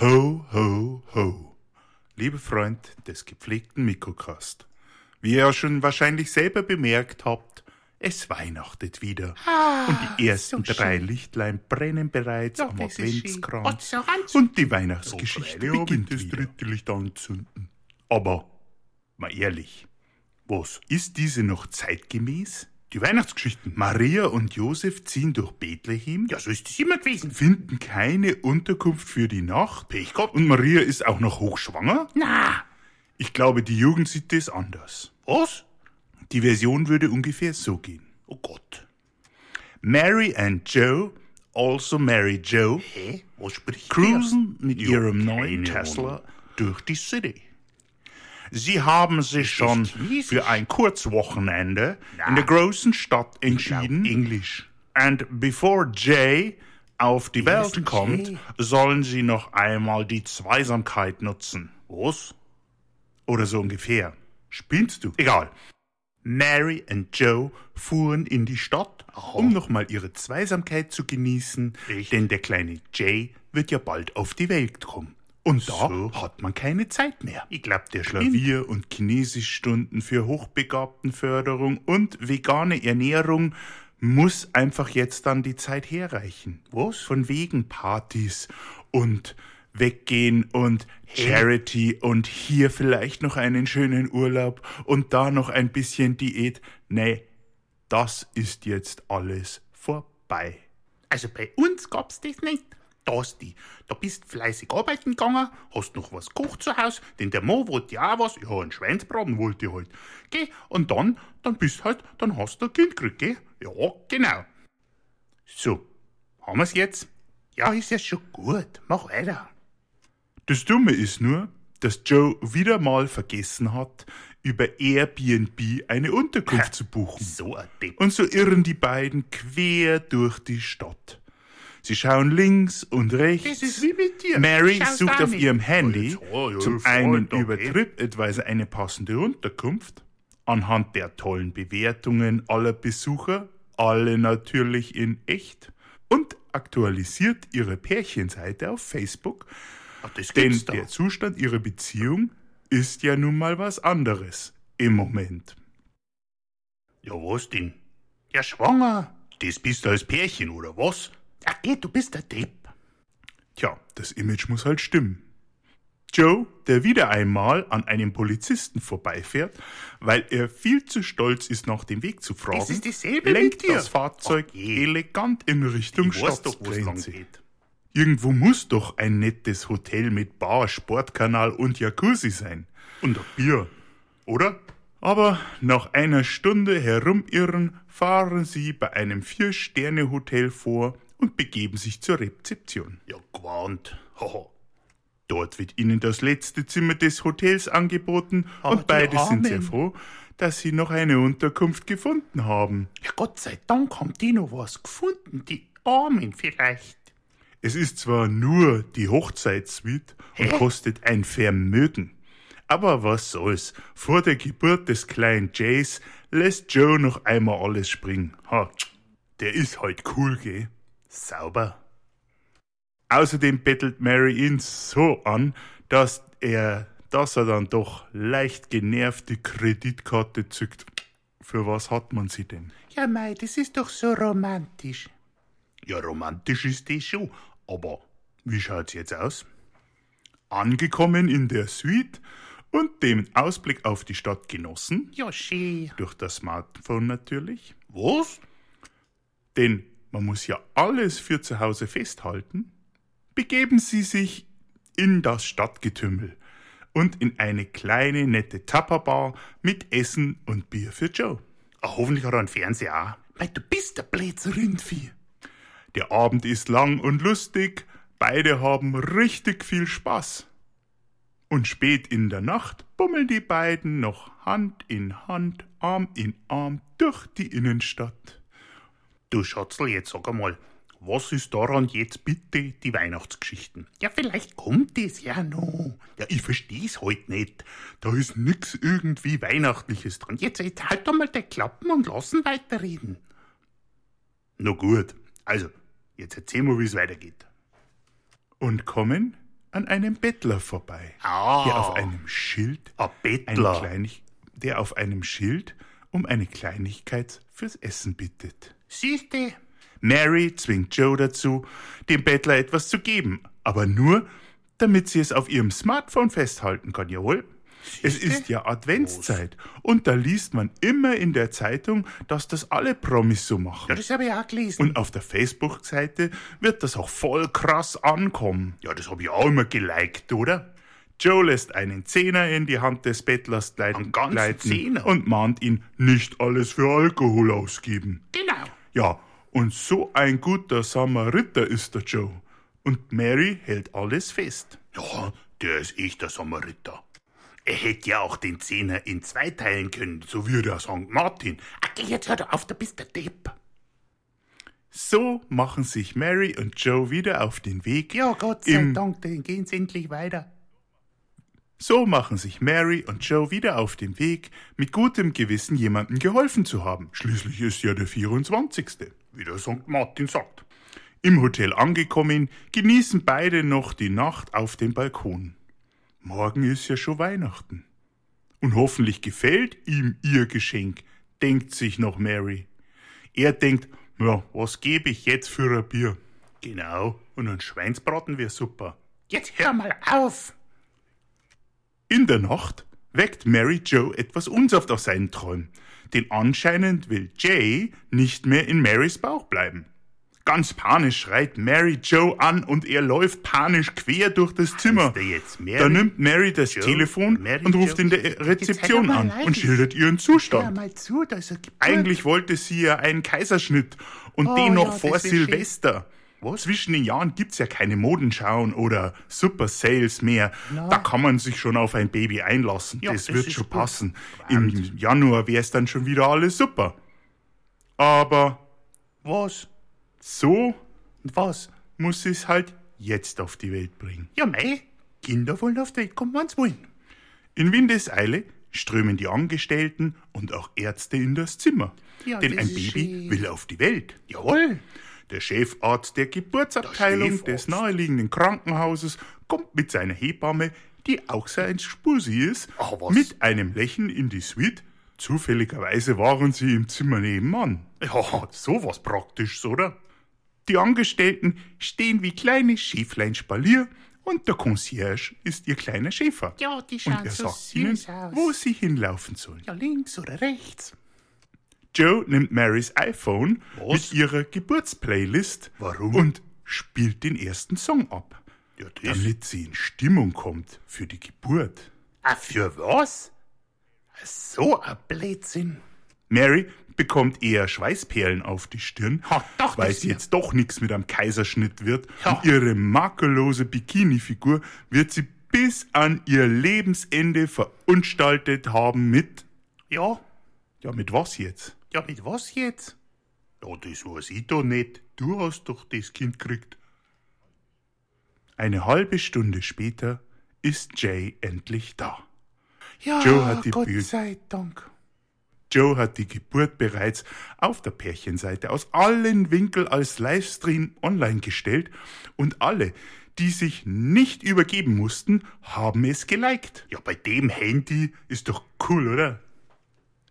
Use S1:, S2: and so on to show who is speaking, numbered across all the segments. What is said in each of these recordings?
S1: Ho, ho, ho. Lieber Freund des gepflegten Mikrocast. Wie ihr ja schon wahrscheinlich selber bemerkt habt, es weihnachtet wieder. und die ersten
S2: Ah, so
S1: drei Lichtlein brennen bereits am
S2: das ist schön.
S1: Adventskranz.
S2: Otz noch anzünden.
S1: Und die Weihnachtsgeschichte
S3: freilich, hab ich
S1: beginnt
S3: das
S1: wieder. dritte Licht anzünden. Aber, mal ehrlich, was ist diese noch zeitgemäß? Die Weihnachtsgeschichten. Maria und Josef ziehen durch Bethlehem. Ja, so ist es immer gewesen. Finden keine Unterkunft für die Nacht. Pech gehabt. Und Maria ist auch noch hochschwanger.
S2: Na,
S1: Ich glaube, die Jugend sieht das anders. Was? Die Version würde ungefähr so gehen. Oh Gott. Mary and Joe, also Mary Joe,
S3: Hä? Was spricht
S1: cruisen mit
S3: Ja,
S1: ihrem
S3: keine
S1: neuen
S3: Ahnung.
S1: Tesla durch die City. Sie haben sich schon
S2: Chinesisch?
S1: für ein Kurzwochenende in der großen Stadt entschieden. Englisch. And before Jay auf die Welt
S3: denn
S1: kommt,
S3: Jay?
S1: sollen sie noch einmal die Zweisamkeit nutzen. Was? Oder so ungefähr. Spinnst du? Egal. Mary und Joe fuhren in die Stadt, um nochmal ihre Zweisamkeit zu genießen,
S3: Oh. Echt?
S1: denn der kleine Jay wird ja bald auf die Welt kommen. Und da
S3: So.
S1: hat man keine Zeit mehr.
S3: Ich glaub, der schläft.
S1: Klavier- und Chinesischstunden für Hochbegabtenförderung und vegane Ernährung muss einfach jetzt dann die Zeit herreichen. Was? Von wegen Partys und weggehen und Charity und hier vielleicht noch einen schönen Urlaub und da noch ein bisschen Diät. Nee, das ist jetzt alles vorbei.
S3: Also bei uns gab's das nicht. Da ist die. Da bist fleißig arbeiten gegangen, hast noch was gekocht zu Haus, denn der Mo wollte ja auch was, ja, einen Schweinsbraten wollte ich halt. Geh, und dann, dann bist halt, dann hast du ein Kind gekriegt, gell? Ja, genau.
S1: So, haben wir's jetzt?
S3: Ja, ist ja schon gut, mach weiter.
S1: Das Dumme ist nur, dass Joe wieder mal vergessen hat, über Airbnb eine Unterkunft zu buchen.
S3: So ein Depp.
S1: Und so irren die beiden quer durch die Stadt. Sie schauen links und rechts.
S3: Das ist wie mit dir.
S1: Mary
S3: Schaust
S1: sucht
S3: auch
S1: auf
S3: nicht.
S1: ihrem Handy
S3: Ja, jetzt, oh, ja,
S1: zum
S3: voll,
S1: einen
S3: doch,
S1: über
S3: ey.
S1: TripAdvisor eine passende Unterkunft, anhand der tollen Bewertungen aller Besucher, alle natürlich in echt, und aktualisiert ihre Pärchenseite auf Facebook,
S3: Ah, das
S1: denn
S3: gibt's da.
S1: der Zustand ihrer Beziehung ist ja nun mal was anderes im Moment.
S3: Ja, was denn? Ja, schwanger. Das bist du als Pärchen, oder was? Ach, geh, du bist der Depp.
S1: Tja, das Image muss halt stimmen. Joe, der wieder einmal an einem Polizisten vorbeifährt, weil er viel zu stolz ist, nach dem Weg zu fragen,
S3: Das ist dasselbe
S1: lenkt
S3: mit dir.
S1: das Fahrzeug
S3: Ach je.
S1: elegant in Richtung
S3: Ich weiß doch, wo es lang
S1: Stadtgrenze.
S3: geht.
S1: Irgendwo muss doch ein nettes Hotel mit Bar, Sportkanal und Jacuzzi sein.
S3: Und ein
S1: Bier, oder? Aber nach einer Stunde herumirren fahren sie bei einem Vier-Sterne-Hotel vor und begeben sich zur Rezeption.
S3: Ja, gewarnt. Haha.
S1: Dort wird ihnen das letzte Zimmer des Hotels angeboten
S3: Aber
S1: und
S3: die
S1: beide sind
S3: Armen.
S1: sehr froh, dass sie noch eine Unterkunft gefunden haben.
S3: Ja, Gott sei Dank haben die noch was gefunden. Die Armen vielleicht.
S1: Es ist zwar nur die Hochzeitssuite und kostet ein Vermögen. Aber was soll's? Vor der Geburt des kleinen Jays lässt Joe noch einmal alles springen. Ha, der ist halt cool, gell?
S3: Sauber.
S1: Außerdem bettelt Mary ihn so an, dass er, dass er dann doch leicht genervt die Kreditkarte zückt. Für was hat man sie denn?
S3: Ja, Mei, das ist doch so romantisch. Ja, romantisch ist das schon. Aber wie schaut's jetzt aus?
S1: Angekommen in der Suite und den Ausblick auf die Stadt genossen,
S3: Ja, schön.
S1: durch das Smartphone natürlich,
S3: Was?
S1: denn man muss ja alles für zu Hause festhalten, begeben sie sich in das Stadtgetümmel und in eine kleine nette Tapperbar mit Essen und Bier für Joe.
S3: Ah, hoffentlich hat er einen Fernseher auch. Mei, du bist der Blätzer Rindvieh.
S1: Der Abend ist lang und lustig, beide haben richtig viel Spaß. Und spät in der Nacht bummeln die beiden noch Hand in Hand, Arm in Arm durch die Innenstadt.
S3: Du Schatzl, jetzt sag einmal, was ist daran jetzt bitte die Weihnachtsgeschichten? Ja, vielleicht kommt es ja noch. Ja, ich versteh's halt nicht. Da ist nix irgendwie Weihnachtliches dran. Jetzt, jetzt halt doch mal die Klappen und lassen weiterreden. Na gut, also, jetzt erzähl mal, wie's weitergeht.
S1: Und kommen an einem Bettler vorbei,
S3: Ah,
S1: der auf einem Schild,
S3: ein
S1: eine
S3: Bettler.
S1: Kleinig der auf einem Schild um eine Kleinigkeit fürs Essen bittet.
S3: Siehste,
S1: Mary zwingt Joe dazu, dem Bettler etwas zu geben, aber nur, damit sie es auf ihrem Smartphone festhalten kann, jawohl. Es ist ja Adventszeit und da liest man immer in der Zeitung, dass das alle Promis so
S3: ja,
S1: machen.
S3: das habe ich auch gelesen.
S1: Und auf der Facebook-Seite wird das auch voll krass ankommen.
S3: ja, das habe ich auch immer geliked, oder?
S1: Joe lässt einen Zehner in die Hand des Bettlers
S3: Einen
S1: gleiten,
S3: ganzen
S1: gleiten
S3: Zehner?
S1: und mahnt ihn, nicht alles für Alkohol ausgeben.
S3: Genau.
S1: Ja, und so ein guter Samariter ist der Joe. Und Mary hält alles fest.
S3: Ja, der ist echt der Samariter. Er hätte ja auch den Zehner in zwei teilen können, so wie der St. Martin. Ach, geh jetzt hör doch auf, du bist der Depp.
S1: So machen sich Mary und Joe wieder auf den Weg.
S3: Ja, Gott sei
S1: Im-
S3: Dank, dann gehen's endlich weiter.
S1: So machen sich Mary und Joe wieder auf den Weg, mit gutem Gewissen jemandem geholfen zu haben. Schließlich ist ja der 24.
S3: Wie der St. Martin sagt.
S1: Im Hotel angekommen, genießen beide noch die Nacht auf dem Balkon. Morgen ist ja schon Weihnachten. Und hoffentlich gefällt ihm ihr Geschenk, denkt sich noch Mary. Er denkt, ja, was gebe ich jetzt für ein Bier?
S3: Genau.
S1: Und ein Schweinsbraten wäre super.
S3: Jetzt hör mal auf.
S1: In der Nacht weckt Mary Joe etwas unsanft aus seinen Träumen, denn anscheinend will Jay nicht mehr in Marys Bauch bleiben. Ganz panisch schreit Mary Joe an und er läuft panisch quer durch das Zimmer.
S3: Ist der jetzt Mary?
S1: Da nimmt Mary das
S3: Joe?
S1: Telefon
S3: Mary
S1: und ruft
S3: Joe?
S1: in der Rezeption
S3: Jetzt hör
S1: an
S3: doch mal
S1: und
S3: rein.
S1: schildert ihren
S3: Hör
S1: Zustand.
S3: mal zu, da ist ein Geburt.
S1: Eigentlich wollte sie ja einen Kaiserschnitt und
S3: Oh
S1: den noch
S3: ja,
S1: vor
S3: das wär schön.
S1: Silvester. Zwischen den Jahren gibt's ja keine Modenschauen oder Super Sales mehr. Da kann man sich schon auf ein Baby einlassen.
S3: Ja,
S1: das,
S3: das
S1: wird
S3: ist
S1: schon
S3: gut.
S1: passen. Im Januar wär's dann schon wieder alles super. Aber
S3: Was?
S1: so
S3: Und was?
S1: muss sie's halt jetzt auf die Welt bringen.
S3: Ja, mei. Kinder wollen auf die Welt kommen, wann's wollen.
S1: In Windeseile strömen die Angestellten und auch Ärzte in das Zimmer.
S3: Ja,
S1: denn
S3: das
S1: ein
S3: ist
S1: Baby
S3: schön.
S1: will auf die Welt.
S3: Jawohl.
S1: Der Chefarzt der Geburtsabteilung
S3: Der
S1: des
S3: Chefarzt.
S1: naheliegenden Krankenhauses kommt mit seiner Hebamme, die auch sein Spusi ist,
S3: Ach, was?
S1: mit einem Lächeln in die Suite. Zufälligerweise waren sie im Zimmer nebenan.
S3: Ja, sowas praktisch, oder?
S1: Die Angestellten stehen wie kleine Schäflein Spalier und der Concierge ist ihr kleiner Schäfer.
S3: Ja, die
S1: und er sagt ihnen, wo sie hinlaufen sollen.
S3: Ja, links oder rechts.
S1: Joe nimmt Marys iPhone
S3: Was?
S1: mit ihrer Geburtsplaylist
S3: Warum?
S1: und spielt den ersten Song ab,
S3: Ja, das.
S1: damit sie in Stimmung kommt für die Geburt.
S3: Ah, für was? So ein Blödsinn.
S1: Mary bekommt eher Schweißperlen auf die Stirn,
S3: Ha, doch
S1: weil
S3: nicht
S1: sie
S3: mehr.
S1: jetzt doch nichts mit einem Kaiserschnitt wird
S3: Ja.
S1: und ihre makellose Bikini-Figur wird sie bis an ihr Lebensende verunstaltet haben mit...
S3: Ja,
S1: Ja, mit was jetzt?
S3: ja, mit was jetzt? Ja, das weiß ich doch nicht. Du hast doch das Kind gekriegt.
S1: Eine halbe Stunde später ist Jay endlich da.
S3: Ja,
S1: Joe hat die
S3: Gott
S1: Bü-
S3: sei Dank.
S1: Joe hat die Geburt bereits auf der Pärchenseite aus allen Winkeln als Livestream online gestellt und alle, die sich nicht übergeben mussten, haben es geliked.
S3: Ja, bei dem Handy.
S1: Ist doch cool, oder?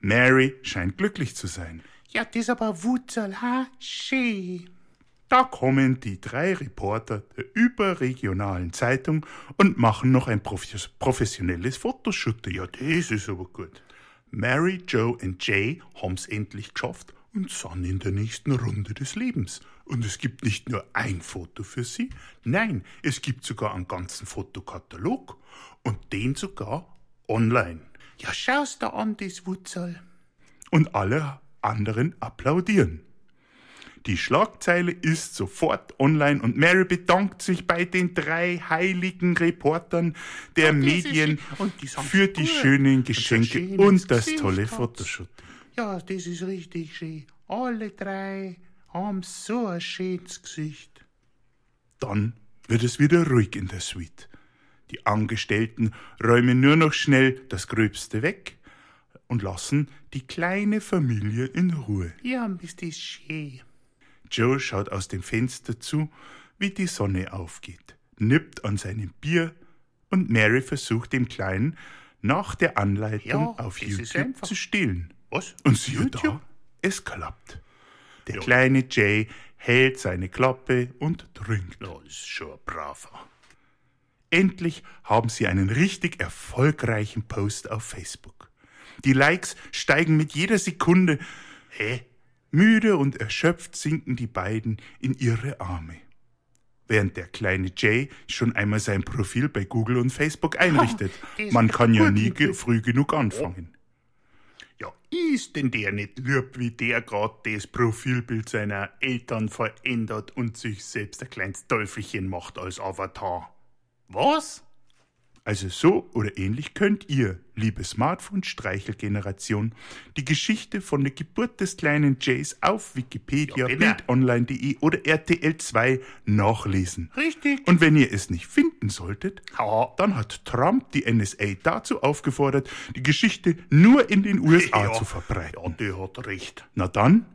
S1: Mary scheint glücklich zu sein.
S3: Ja, das aber Wutzel, ha? Schee.
S1: Da kommen die drei Reporter der überregionalen Zeitung und machen noch ein profes- professionelles Fotoshooting. Ja, das ist aber gut. Mary, Joe und Jay haben's endlich geschafft und sind in der nächsten Runde des Lebens. Und es gibt nicht nur ein Foto für sie, nein, es gibt sogar einen ganzen Fotokatalog und den sogar online.
S3: Ja, schau's da an, das Wutzel.
S1: Und alle anderen applaudieren. Die Schlagzeile ist sofort online und Mary bedankt sich bei den drei heiligen Reportern der
S3: Und die sind
S1: Medien
S3: schön. Und die sind
S1: für die
S3: gut.
S1: schönen
S3: so
S1: Geschenke
S3: schön ins
S1: und das
S3: Gesicht
S1: tolle
S3: hat's.
S1: Fotoshooting.
S3: Ja, das ist richtig schön. Alle drei haben so ein schönes Gesicht.
S1: Dann wird es wieder ruhig in der Suite. Die Angestellten räumen nur noch schnell das Gröbste weg und lassen die kleine Familie in Ruhe.
S3: Ja, ist das schön.
S1: Joe schaut aus dem Fenster zu, wie die Sonne aufgeht. nippt an seinem Bier und Mary versucht dem Kleinen nach der Anleitung
S3: Ja,
S1: auf
S3: das ist
S1: YouTube
S3: einfach.
S1: zu stillen.
S3: Was?
S1: Und siehe
S3: YouTube?
S1: da, es klappt. Der kleine Jay hält seine Klappe und trinkt.
S3: Ja, das ist schon ein braver.
S1: Endlich haben sie einen richtig erfolgreichen Post auf Facebook. Die Likes steigen mit jeder Sekunde. Hä? Müde und erschöpft sinken die beiden in ihre Arme. Während der kleine Jay schon einmal sein Profil bei Google und Facebook einrichtet.
S3: das
S1: Man
S3: ist
S1: kann ja
S3: gut.
S1: nie ge- früh genug anfangen.
S3: Ja, ist denn der nicht lieb, wie der grad das Profilbild seiner Eltern verändert und sich selbst ein kleines Teufelchen macht als Avatar? Was?
S1: Also so oder ähnlich könnt ihr, liebe Smartphone-Streichelgeneration, die Geschichte von der Geburt des kleinen Jays auf Wikipedia,
S3: Ja, bitte.
S1: bildonline.de oder RTL2 nachlesen.
S3: Richtig.
S1: Und wenn ihr es nicht finden solltet,
S3: Ja,
S1: dann hat Trump die NSA dazu aufgefordert, die Geschichte nur in den USA
S3: Ja.
S1: zu verbreiten.
S3: ja, der hat recht.
S1: Na dann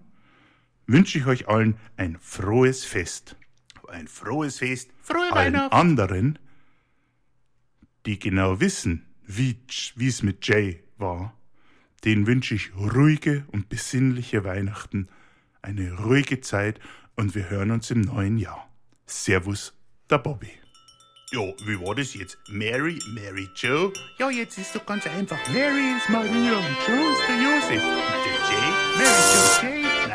S1: wünsche ich euch allen ein frohes Fest.
S3: Ein frohes Fest. Frohe
S1: Allen
S3: Weihnachten.
S1: anderen, die genau wissen, wie es mit Jay war, denen wünsche ich ruhige und besinnliche Weihnachten, eine ruhige Zeit und wir hören uns im neuen Jahr. Servus, der Bobby.
S3: Ja, wie war das jetzt? Mary, Mary Joe? Ja, jetzt ist doch ganz einfach. Mary ist Maria und Joe ist der Josef. Und der Jay? Mary Joe Jay?